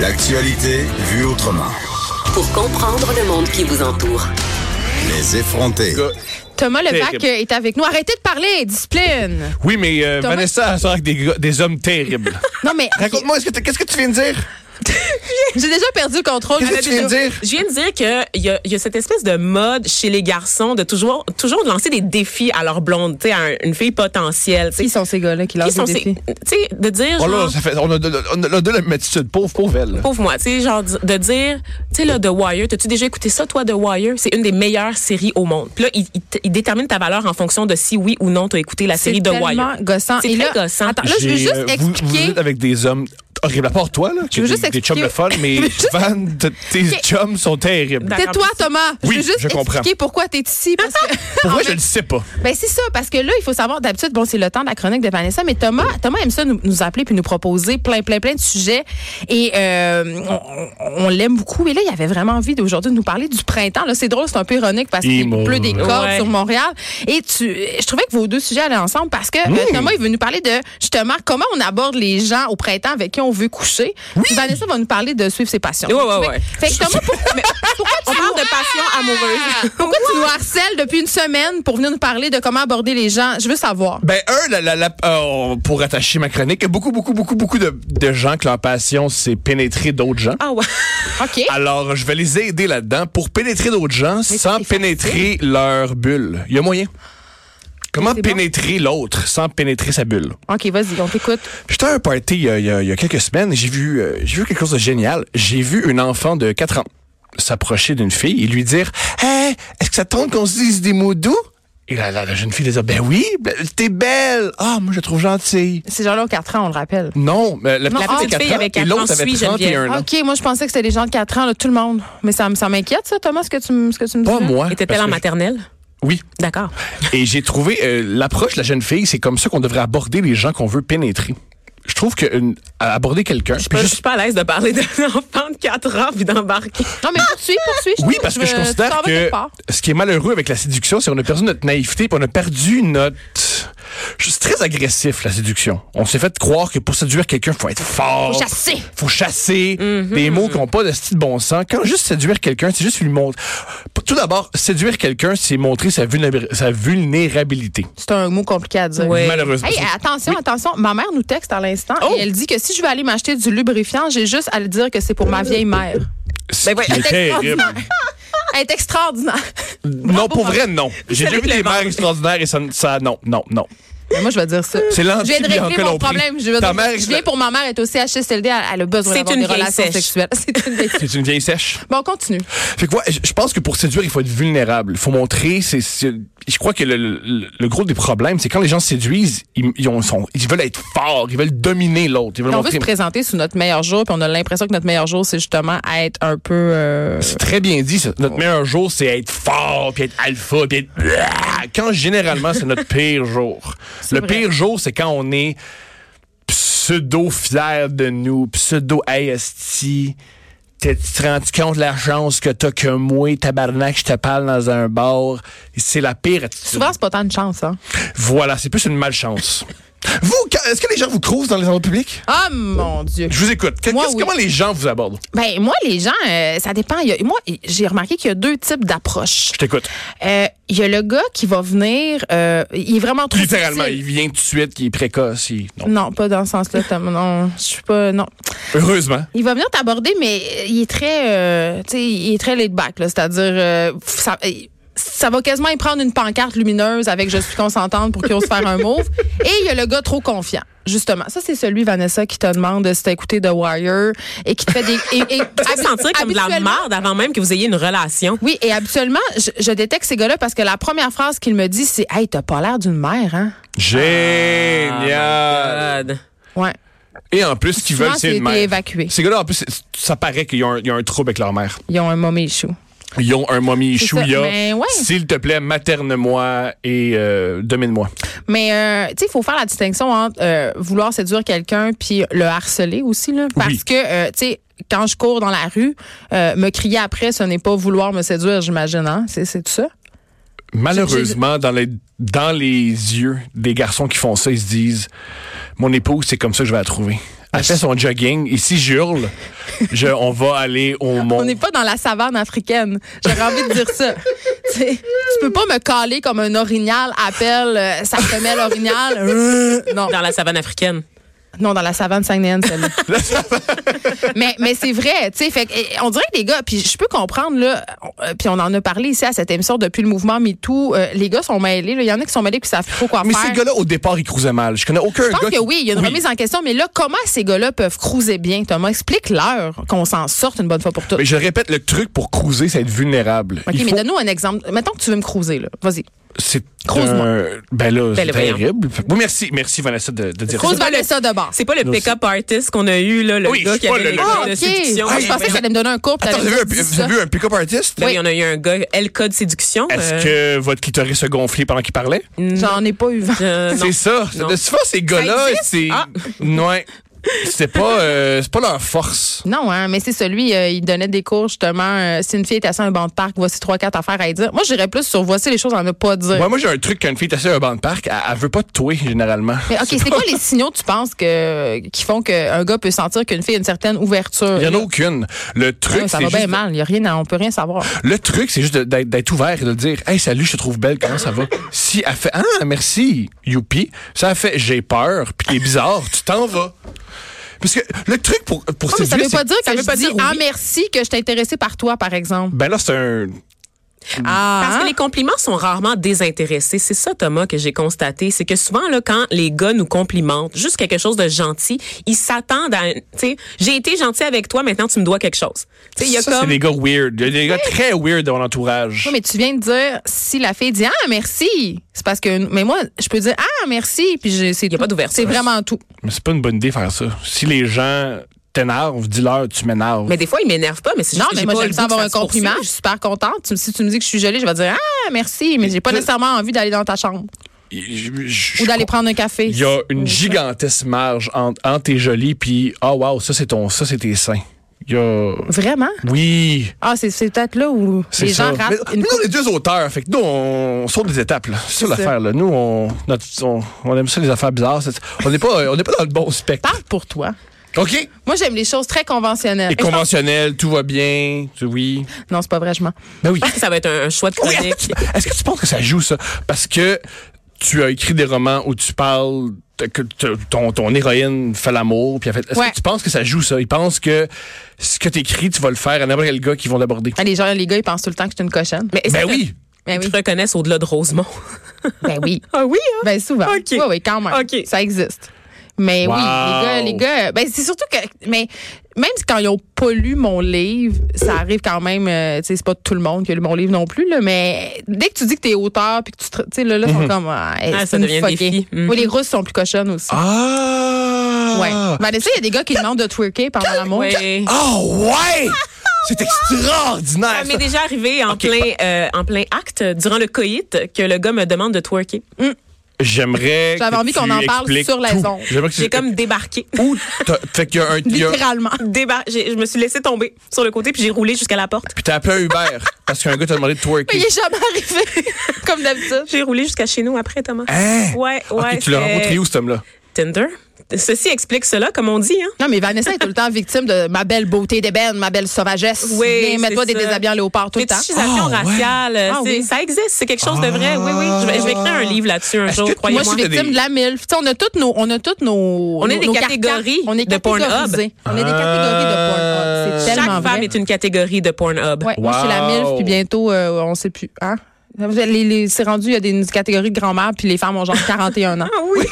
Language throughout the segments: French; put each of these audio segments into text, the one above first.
L'actualité vue autrement. Pour comprendre le monde qui vous entoure. Les effronter. Thomas Levac Terrible. euh, est avec nous. Arrêtez de parler, discipline. Oui, mais euh, Thomas- Vanessa elle sort avec des, gars- des hommes terribles. Non, mais Raconte-moi, est-ce que t'as- qu'est-ce que tu viens de dire? j'ai déjà perdu le contrôle. Qu'est-ce que tu viens de dire? Je viens de dire qu'il y, a- il y a cette espèce de mode chez les garçons de toujours, toujours de lancer des défis à leur blonde, tu sais, à un- une fille potentielle. tu sais. Qui sont ces gars-là qui Qui lancent sont des ces- défis? Tu sais, de dire. Oh là, genre, ça fait, on a de, on a de la métitude. Pauvre, pauvre elle. Pauvre moi, tu sais, genre di- de dire, tu sais, là, The Wire, t'as-tu déjà écouté ça, toi, The Wire? C'est une des meilleures séries au monde. Puis là, il, il t- il détermine ta valeur en fonction de si oui ou non t'as écouté la C'est série The Wire. tellement gossant. C'est Et très là, gossant. Attends, là, je veux J'ai, juste euh, vous- Vous, expliquer. êtes avec des hommes horribles. À part toi, là, qui veux est des, juste des chums de fun, expliquer- mais Je veux juste- Van, t- tes Ok. chums sont terribles. D'accord. Tais-toi, Thomas. je Oui, veux juste je comprends. expliquer pourquoi t'es ici. Parce que... Pour En moi, fait, je le sais pas. Ben c'est ça, parce que là, il faut savoir, d'habitude, bon, c'est le temps de la chronique de Vanessa, mais Thomas, Thomas aime ça nous, nous appeler puis nous proposer plein, plein, plein de sujets. Et euh, on, on- on l'aime beaucoup. Et là, il avait vraiment envie d'aujourd'hui de nous parler du printemps. Là, c'est drôle, c'est un peu ironique parce qu'il Imo. pleut des cordes Ouais. sur Montréal. Et tu, je trouvais que vos deux sujets allaient ensemble parce que euh, Thomas, il veut nous parler de justement comment on aborde les gens au printemps avec qui on veut coucher. Puis Vanessa va nous parler de suivre ses passions. Ouais, ouais, Fait- ouais. Fait, que Thomas, pourquoi, pourquoi tu Ah! On parle de passion amoureuse. pourquoi tu nous harcèles depuis une semaine pour venir nous parler de comment aborder les gens? Je veux savoir. Ben, un, la- la- la- euh, pour attacher ma chronique, beaucoup, beaucoup, beaucoup, beaucoup de, de gens que leur passion, c'est pénétrer d'autres gens. Ah ouais. OK. Alors, je vais les aider là-dedans pour pénétrer d'autres gens sans c'est facile. pénétrer leur bulle. Il y a moyen. Comment c'est bon. pénétrer l'autre sans pénétrer sa bulle? OK, vas-y, on t'écoute. J'étais à un party il y a, il y a- il y a quelques semaines. J'ai vu, euh, j'ai vu quelque chose de génial. J'ai vu une enfant de 4 ans s'approcher d'une fille et lui dire Hey, est-ce que ça te tente qu'on se dise des mots doux Et la, la- la jeune fille disait Ben oui, ben, t'es belle. Ah, moi, je la trouve gentille. Ces gens-là ont 4 ans, on le rappelle. Non, mais la, Non, petite ah, avait petite fille 4 ans avait et 4 ans, l'autre avait suis 31 ans. OK, moi, je pensais que c'était les gens de 4 ans, là, tout le monde. Mais ça, me- ça m'inquiète, ça, Thomas, ce que tu, me- ce que tu me dis. Pas moi. Et t'étais parce en que- maternelle? Oui. D'accord. Et j'ai trouvé euh, l'approche de la jeune fille, c'est comme ça qu'on devrait aborder les gens qu'on veut pénétrer. Je trouve que une- à aborder quelqu'un, puis Je juste suis pas à l'aise de parler d'un enfant de 4 ans puis d'embarquer. Non, mais poursuis, poursuis. Oui, parce que je veux- tu considère t'en vas que quelque part. ce qui est malheureux avec la séduction, c'est qu'on a perdu notre naïveté puis on a perdu notre. C'est très agressif, la séduction. On s'est fait croire que pour séduire quelqu'un, faut être fort. Faut chasser. Mhm. Faut chasser. Des mots qui n'ont pas de style bon sens. Quand juste séduire quelqu'un, c'est juste lui montrer. Tout d'abord, séduire quelqu'un, c'est montrer sa, vulnéra- sa vulnérabilité. C'est un mot compliqué à dire. Ouais. Malheureusement. Hey, attention, attention. Ma mère nous texte à l'instant Oh! et elle dit que si je veux aller m'acheter du lubrifiant, j'ai juste à le dire que c'est pour ma vieille mère. C'est Ben ouais, c'est terrible. extraordinaire. Elle est extraordinaire. Non, pour vrai, non. J'ai déjà vu des mères extraordinaires et ça, ça- non, non, non. Mais moi, je vais dire ça. C'est Je viens de l'anti-Bianca régler mon Lompré. problème. Je, veux Ta dire- mère- je viens pour ma mère, elle est aussi HSLD, elle, elle a besoin C'est d'avoir une des vieille relations sèche. sexuelles. C'est une vieille- C'est une vieille sèche. Bon, on continue. Fait que ouais, je je pense que pour séduire, il faut être vulnérable. Il faut montrer. C'est, c'est- je crois que le, le- le gros des problèmes, c'est quand les gens se séduisent, ils, ils ont- sont- ils veulent être forts, ils veulent dominer l'autre. Ils veulent on veut se montrer. présenter sous notre meilleur jour, puis on a l'impression que notre meilleur jour, c'est justement être un peu... euh, C'est très bien dit. ça. Notre meilleur jour, c'est être fort, puis être alpha, puis être. Quand généralement, c'est notre pire jour. Le vrai. pire jour, c'est quand on est pseudo fier de nous, pseudo asti. T'es tu te rendu compte de la chance que t'as que moi, tabarnak, je te parle dans un bar. C'est la pire attitude. Souvent, c'est pas tant de chance, hein. Voilà, c'est plus une malchance. Vous, quand- est-ce que les gens vous crousent dans les endroits publics? Ah, mon Dieu. Je vous écoute. Que- Moi, qu'est-ce- oui. Comment les gens vous abordent? Ben, moi, les gens, euh, ça dépend. Il y a- moi, j'ai remarqué qu'il y a deux types d'approches. Je t'écoute. Euh, Il y a le gars qui va venir, euh, il est vraiment trop Littéralement, difficile. il vient tout de suite, qui est précoce. il- Non. Non, pas dans ce sens-là, Tom. Non, je suis pas... Non. Heureusement. Il va venir t'aborder, mais euh, il est très, euh, tu sais, il est très laid back, là. C'est-à-dire, euh, ça, euh, ça va quasiment y prendre une pancarte lumineuse avec je suis consentante pour qu'il ose faire un move. Et il y a le gars trop confiant. Justement, ça c'est celui Vanessa qui te demande si t'as écouté The Wire et qui te fait des et, et Tu peux habi- sentir comme de la habituellement- merde avant même que vous ayez une relation. Oui, et habituellement, je, je détecte ces gars-là parce que la première phrase qu'il me dit c'est "Hey, t'as pas l'air d'une mère, hein Génial. God. Ouais. Et en plus, ce qu'ils Ah, Souvent, veulent, c'est c'est une mère. été évacué. Ces gars-là, en plus, c'est- ça paraît qu'il y, a un- il y a un trouble avec leur mère. Ils ont un mommy issue. Ils ont un mommy C'est ça, chouïa. mais ouais. S'il te plaît, materne-moi et euh, domine-moi. Mais euh, tu sais, il faut faire la distinction entre euh, vouloir séduire quelqu'un puis le harceler aussi là, parce Oui. que euh, tu sais. Quand je cours dans la rue, euh, me crier après, ce n'est pas vouloir me séduire, j'imagine, hein? C'est, c'est tout ça? Malheureusement, dans les, dans les yeux des garçons qui font ça, ils se disent Mon épouse, c'est comme ça que je vais la trouver. Elle fait son jogging. Ici, je hurle. Je, on va aller au On n'est monde. pas dans la savane africaine. J'aurais envie de dire ça. Tu sais, tu peux pas me caler comme un orignal appelle euh, sa femelle orignale. Euh, non, Dans la savane africaine. non, dans la savane saguenayenne, celle-là. mais mais c'est vrai, tu sais, fait que, eh, on dirait que les gars, puis je peux comprendre là, on- euh, puis on en a parlé ici à cette émission depuis le mouvement MeToo, euh, les gars sont mêlés, là. il y en a qui sont mêlés puis savent plus trop quoi Ah, Mais faire. ces gars-là, au départ, ils cruisaient mal. Je connais aucun Je pense gars. que oui, il y a une remise en question, mais là, comment ces gars-là peuvent cruiser bien, Thomas? Explique-leur qu'on s'en sorte une bonne fois pour toutes. Mais je répète, le truc pour cruiser, c'est être vulnérable. OK, Il mais faut- donne-nous un exemple. Mettons que tu veux me cruiser, là. Vas-y. C'est Crouse-moi. un... Ben là, c'est le voyons. terrible. Oui, merci. Merci, Vanessa, de, de dire Cruise ça. Vanessa de bord. C'est pas le pick-up artist qu'on a eu, là, le Oui, gars c'est qui pas avait le- les Ah, gars de OK. séduction. Ah, je pensais que t'allais me donner un couple. Attends, vous t'allais avez me vu un, dire vous ça. avez vu un pick-up artist? Là, il y en a eu un gars, elle code séduction. Est-ce euh, que votre clitoris se gonflait pendant qu'il parlait? J'en ai pas eu vent. euh, non. C'est ça. Non. De souvent, ces gars-là, existe? c'est. Ah. Ouais. C'est pas, euh, c'est pas leur force. Non, hein, mais c'est celui, euh, il donnait des cours justement. euh, si une fille est assise à un banc de parc, voici trois, quatre affaires à y dire. Moi, j'irais plus sur voici les choses à ne pas dire. Ouais, moi, j'ai un truc qu'une fille est assise à un banc de parc, elle, elle veut pas te touer, généralement. Mais OK, c'est quoi les signaux, tu penses, que, qui font qu'un gars peut sentir qu'une fille a une certaine ouverture? Il y en a aucune. Le truc, Ah, ça c'est va bien juste- Ah, mal. Il y a rien à- on peut rien savoir. Le truc, c'est juste de- d'être d'être ouvert et de dire Hey, salut, je te trouve belle, comment ça va? si elle fait Ah, merci, youpi, ça fait J'ai peur, puis t'es bizarre, tu t'en vas. Parce que le truc pour, pour Ah, mais ça séduire, veut pas c'est- dire ça que veut je pas dis dire oui. ah merci que je t'ai intéressé par toi, par exemple. Ben là, c'est un. Ah, Parce hein? que les compliments sont rarement désintéressés. C'est ça, Thomas, que j'ai constaté. C'est que souvent, là, quand les gars nous complimentent, juste quelque chose de gentil, ils s'attendent à, un- tu sais, j'ai été gentil avec toi, maintenant tu me dois quelque chose. Tu sais, il y a ça, c'est comme, des gars weird. Il y a des gars très weird dans mon entourage. Oui, mais tu viens de dire si la fille dit ah merci, c'est parce que mais moi je peux dire ah merci puis j'ai c'est Y a tout. pas d'ouverture. C'est vraiment tout. Mais c'est pas une bonne idée faire ça. Si les gens t'énervent, dis-leur, tu m'énerves. mais des fois, ils m'énervent pas, mais c'est Non, juste que mais j'ai moi pas j'aime le ça goût que avoir ça un se poursuive. compliment, je suis super contente. Tu me- Si tu me dis que je suis jolie, je vais dire ah merci, mais j'ai pas nécessairement envie d'aller dans ta chambre Je- je- ou d'aller je- prendre un café. Il y a une gigantesque marge entre, entre tes jolis puis ah wow, ça c'est ton ça c'est tes seins. Il y a Vraiment oui, Ah c'est c'est peut-être là où c'est les ça. gens ratent Mais, mais une nous on est deux auteurs, fait que nous on saute des étapes là. C'est ça C'est ça. l'affaire là. Nous on, notre- on on aime ça les affaires bizarres. C'est- On n'est pas euh, on n'est pas dans le bon spectre. Parle pour toi. OK Moi j'aime les choses très conventionnelles. Et conventionnel, tout va bien, tu- oui. Non, c'est pas vrai, je mens. Ben oui. Je pense que ça va être un, un choix de Oui, chronique. est-ce que- Est-ce que tu penses que ça joue, ça? Parce que tu as écrit des romans où tu parles de- que t- ton, ton héroïne fait l'amour, puis elle fait. Est-ce Ouais. que tu penses que ça joue, ça? Ils pensent que ce que tu écris, tu vas le faire à n'importe quel gars qui vont l'aborder. Ah, Les gens les gars ils pensent tout le temps que je suis une cochonne. Mais est-ce Ben que- oui! Ben Ils oui. te reconnaissent au-delà de Rosemont. Ben oui. Ah oui, hein? Ben souvent. OK. Oui, oui, quand même. OK. Ça existe. Mais Wow. oui, les gars, les gars, ben c'est surtout que, mais même si quand ils ont pas lu mon livre, ça arrive quand même, euh, tu sais, c'est pas tout le monde qui a lu mon livre non plus, là, mais dès que tu dis que t'es auteur puis que tu, te- tu sais, là, là, ils Mhm. sont comme, ah, hey, Ah, c'est ça une devient des fuckée. filles. Mhm. Oui, les Russes sont plus cochonnes aussi. Ah! Ouais. Vanessa, il y a des gars qui demandent de twerker pendant l'amour. Oui. Oh, ouais! C'est extraordinaire! Ça m'est Ah, ça. déjà arrivé en, plein, euh, en plein acte, durant le coït, que le gars me demande de twerker. J'aimerais. J'avais que envie qu'on tu en parle expliques sur la tout. zone. J'aimerais que tu- J'ai comme débarqué. Où t'as- Fait qu'il y a un. il y a- Littéralement. Débar j'ai- je me suis laissé tomber sur le côté puis j'ai roulé jusqu'à la porte. Puis t'as appelé un Uber parce qu'un gars t'a demandé de twerker. Mais il est jamais arrivé, comme d'habitude. J'ai roulé jusqu'à chez nous après, Thomas. Hein? Ouais, Ok, ouais. tu l'as c'est- rencontré où, cet homme-là? Tinder. Ceci explique cela, comme on dit. Hein? Non, mais Vanessa est tout le temps victime de ma belle beauté d'ébène, ma belle sauvagesse. Oui, Viens, Mets-toi c'est des ça. déshabillants léopard tout le temps. Fétichisation Ah, ouais. raciale, euh, Ah, c'est- oui. ça existe. C'est quelque chose de vrai. Oui, oui. Je vais, je vais écrire un livre là-dessus un Est-ce jour, que- Moi, croyez-moi. je suis Croyez-moi. victime de la MILF. Tu sais, on a toutes nos. On a toutes nos. On est nos- des nos carcans. catégories On est de Pornhub. catégorisés. On est des catégories Ah. de Pornhub. C'est Chaque tellement femme vrai. est une catégorie de Pornhub. Ouais, Moi, je suis la Wow. MILF, puis bientôt, euh, on sait plus. Hein? Les- les- C'est rendu, il y a des une catégorie de grand-mère, puis les femmes ont genre 41 ans. Ah oui.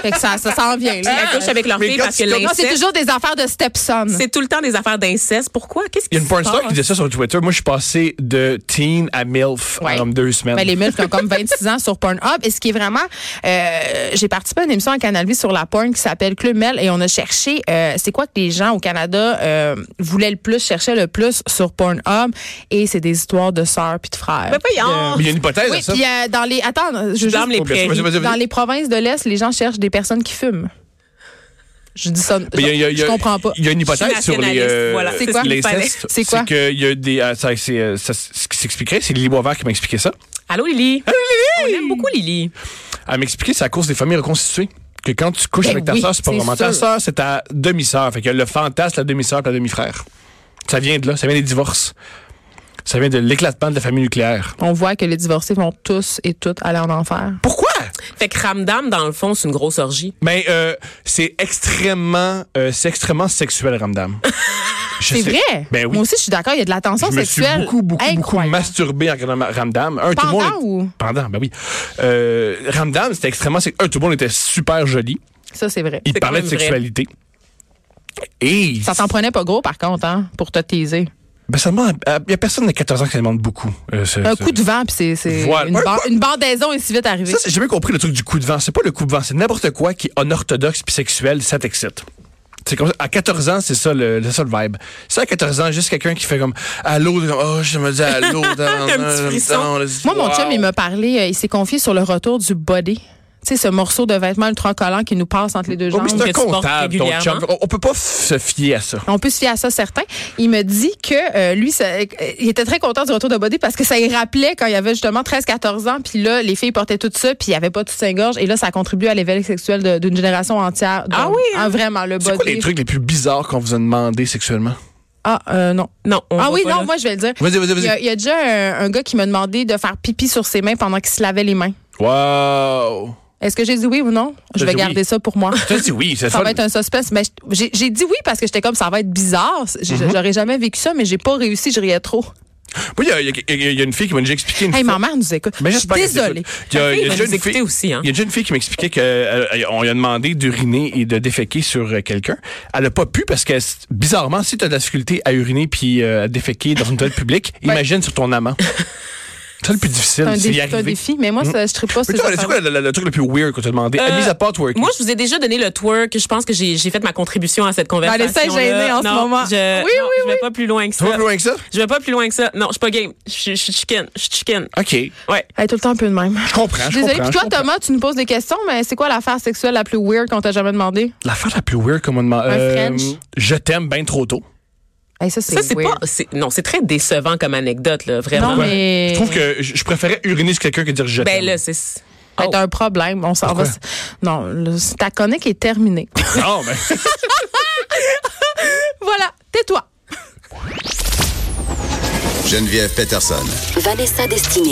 fait que ça, ça s'en vient. là. Ils accouchent avec leur Mais fille quand parce que tu commences, Non, c'est Ah, l'inceste, toujours des affaires de stepson. c'est tout le temps des affaires d'inceste. Pourquoi? Qu'est-ce qui Il y a une se pornstar qui passe? disait ça sur Twitter. Moi, je suis passé de teen à MILF Ouais. en comme deux semaines. Ben, les MILF qui ont comme 26 ans sur Pornhub. Et ce qui est vraiment, euh, j'ai participé à une émission à Canal Vie sur la porn qui s'appelle Club Mel et on a cherché euh, c'est quoi que les gens au Canada euh, voulaient le plus, cherchaient le plus sur Pornhub et c'est des histoires de sœurs puis de frères. Ben voyons. Mais il y a une hypothèse oui, à ça. puis euh, dans les attends, je veux juste- Dans les Oh, bien sûr, prairies. vas-y, vas-y, vas-y. dans les provinces de l'est, les gens cherchent des personnes qui fument. Je dis ça, Mais il y a- il y a- il y je a- comprends pas. Il y a une hypothèse Je suis sur les nationaliste, voilà. C'est quoi? l'inceste. C'est quoi? que il y a des euh, ça c'est euh, ça, c'est- ce qui s'expliquerait, c'est Lily Boisvert qui m'a expliqué ça. Allô, Lily. On aime beaucoup Lily. Elle m'a expliqué c'est à cause des familles reconstituées que quand tu couches Ben avec ta oui, sœur, c'est pas c'est vraiment ta sûr. sœur, c'est ta demi-sœur. Fait que le fantasme, la demi-sœur, puis la demi-frère. Ça vient de là, ça vient des divorces. Ça vient de l'éclatement de la famille nucléaire. On voit que les divorcés vont tous et toutes aller en enfer. Pourquoi? Fait que Ramdam, dans le fond, c'est une grosse orgie. Ben, euh, c'est extrêmement, euh, c'est extrêmement sexuel, Ramdam. Je C'est sais- vrai. Ben oui. Moi aussi, je suis d'accord, il y a de la tension je me suis sexuelle. beaucoup, beaucoup, beaucoup incroyable. masturbé en regardant ma- Ramdam. Un, Pendant tout le monde, ou- Pendant, ben oui. Euh, Ramdam, c'était extrêmement... sec- Un, tout le monde était super joli. Ça, c'est vrai. Il C'est parlait quand de même vrai. sexualité. Et... Ça t'en prenait pas gros, par contre, hein, pour te taiser. Ben seulement, il n'y a personne de 14 ans qui se demande beaucoup. euh, ce- Un ce- coup de vent, puis c'est- c'est Voilà. une, Un ban- coup- une bandaison est si vite arrivée. Ça, c'est- j'ai bien compris le truc du coup de vent. C'est pas le coup de vent, c'est n'importe quoi qui est anorthodoxe puis sexuel, ça t'excite. C'est comme ça. À 14 ans, c'est ça le, c'est ça le vibe. Ça, à 14 ans, juste quelqu'un qui fait comme allô, oh, je me dis allô, dans, petit frisson. Moi, mon chum, il m'a parlé, euh, il s'est confié sur le retour du body. Tu sais, ce morceau de vêtement ultracollant qui nous passe entre les deux Oh, jambes. mais c'est que un tu portes comptable, ton chum. régulièrement. On, on peut pas f- se fier à ça. On peut se fier à ça, certains. Il me dit que euh, lui, ça- euh, il était très content du retour de Body parce que ça y rappelait quand il avait justement 13-14 ans. Puis là, les filles portaient tout ça, puis il n'y avait pas de soutien-gorge. Et là, ça contribue à l'éveil sexuel de- d'une génération entière. Ah Donc, oui, hein? ah, vraiment, le C'est Body. quoi les trucs les plus bizarres qu'on vous a demandé sexuellement? Ah, euh, non. Non, on ah va oui, pas non, là. moi, je vais le dire. Vas-y, vas-y, Il y, a, vas-y. il y a déjà un, un gars qui m'a demandé de faire pipi sur ses mains pendant qu'il se lavait les mains. Wow! Est-ce que j'ai dit oui ou non? Je T'as vais dit garder oui. ça pour moi. Ça, c'est oui, c'est Ça fun. va être un suspense. Mais je- j'ai j'ai dit oui parce que j'étais comme ça va être bizarre. J'ai- Mm-hmm. J'aurais jamais vécu ça, mais j'ai pas réussi, je riais trop. Moi, il y a- il y, a- il y a- il y a une fille qui m'a déjà expliqué une Hey, fois- ma mère nous écoute. Mais je suis j'espère qu'elle désolée. t'écoute. Il y a, il y a va déjà nous une écouter fille, aussi, hein. il y a déjà une fille qui m'expliquait qu'on lui a demandé d'uriner et de déféquer sur euh, quelqu'un. Elle n'a pas pu parce que, c- bizarrement, si tu as de la difficulté à uriner puis euh, à déféquer dans une toilette publique, imagine sur ton amant. C'est le plus difficile, Ben, C'est un, c'est défi, y c'est un arriver. défi, mais moi, ça, je ne pas. Mm-hmm. ces Mais toi, C'est affaires-là. quoi le, le- le truc le plus weird qu'on t'a demandé? Euh, Mis à part twerking. Moi, je vous ai déjà donné le twerk. Je pense que j'ai j'ai fait ma contribution à cette Ben, conversation. essaye, j'ai aimé en ce moment. Je, Oui, non, oui, je vais pas plus loin que Tu vas euh, ça. plus loin que ça? Je vais pas plus loin que ça. Non, je suis pas game. Je suis je suis chicken. Je suis chicken. OK. Je Ouais. Elle est tout le temps un peu de même. comprends, je Désolée. comprends. Puis je toi, comprends. Thomas, tu nous poses des questions, mais c'est quoi l'affaire sexuelle la plus weird qu'on t'a jamais demandé? L'affaire la plus weird qu'on m'a demandé. Un euh, French. je t'aime bien trop tôt. Hey, ça, c'est Ça, c'est weird. pas. c'est- Non, c'est très décevant comme anecdote, là, vraiment. Non, mais. Je trouve que je je préférais uriner sur quelqu'un que dire je Ben t'aime. là, c'est. Ça va être Oh. un problème. On s'en va. Pourquoi? s- Non, le- ta chronique est terminée. Non, ben. voilà, tais-toi. Geneviève Peterson. Vanessa Destinée.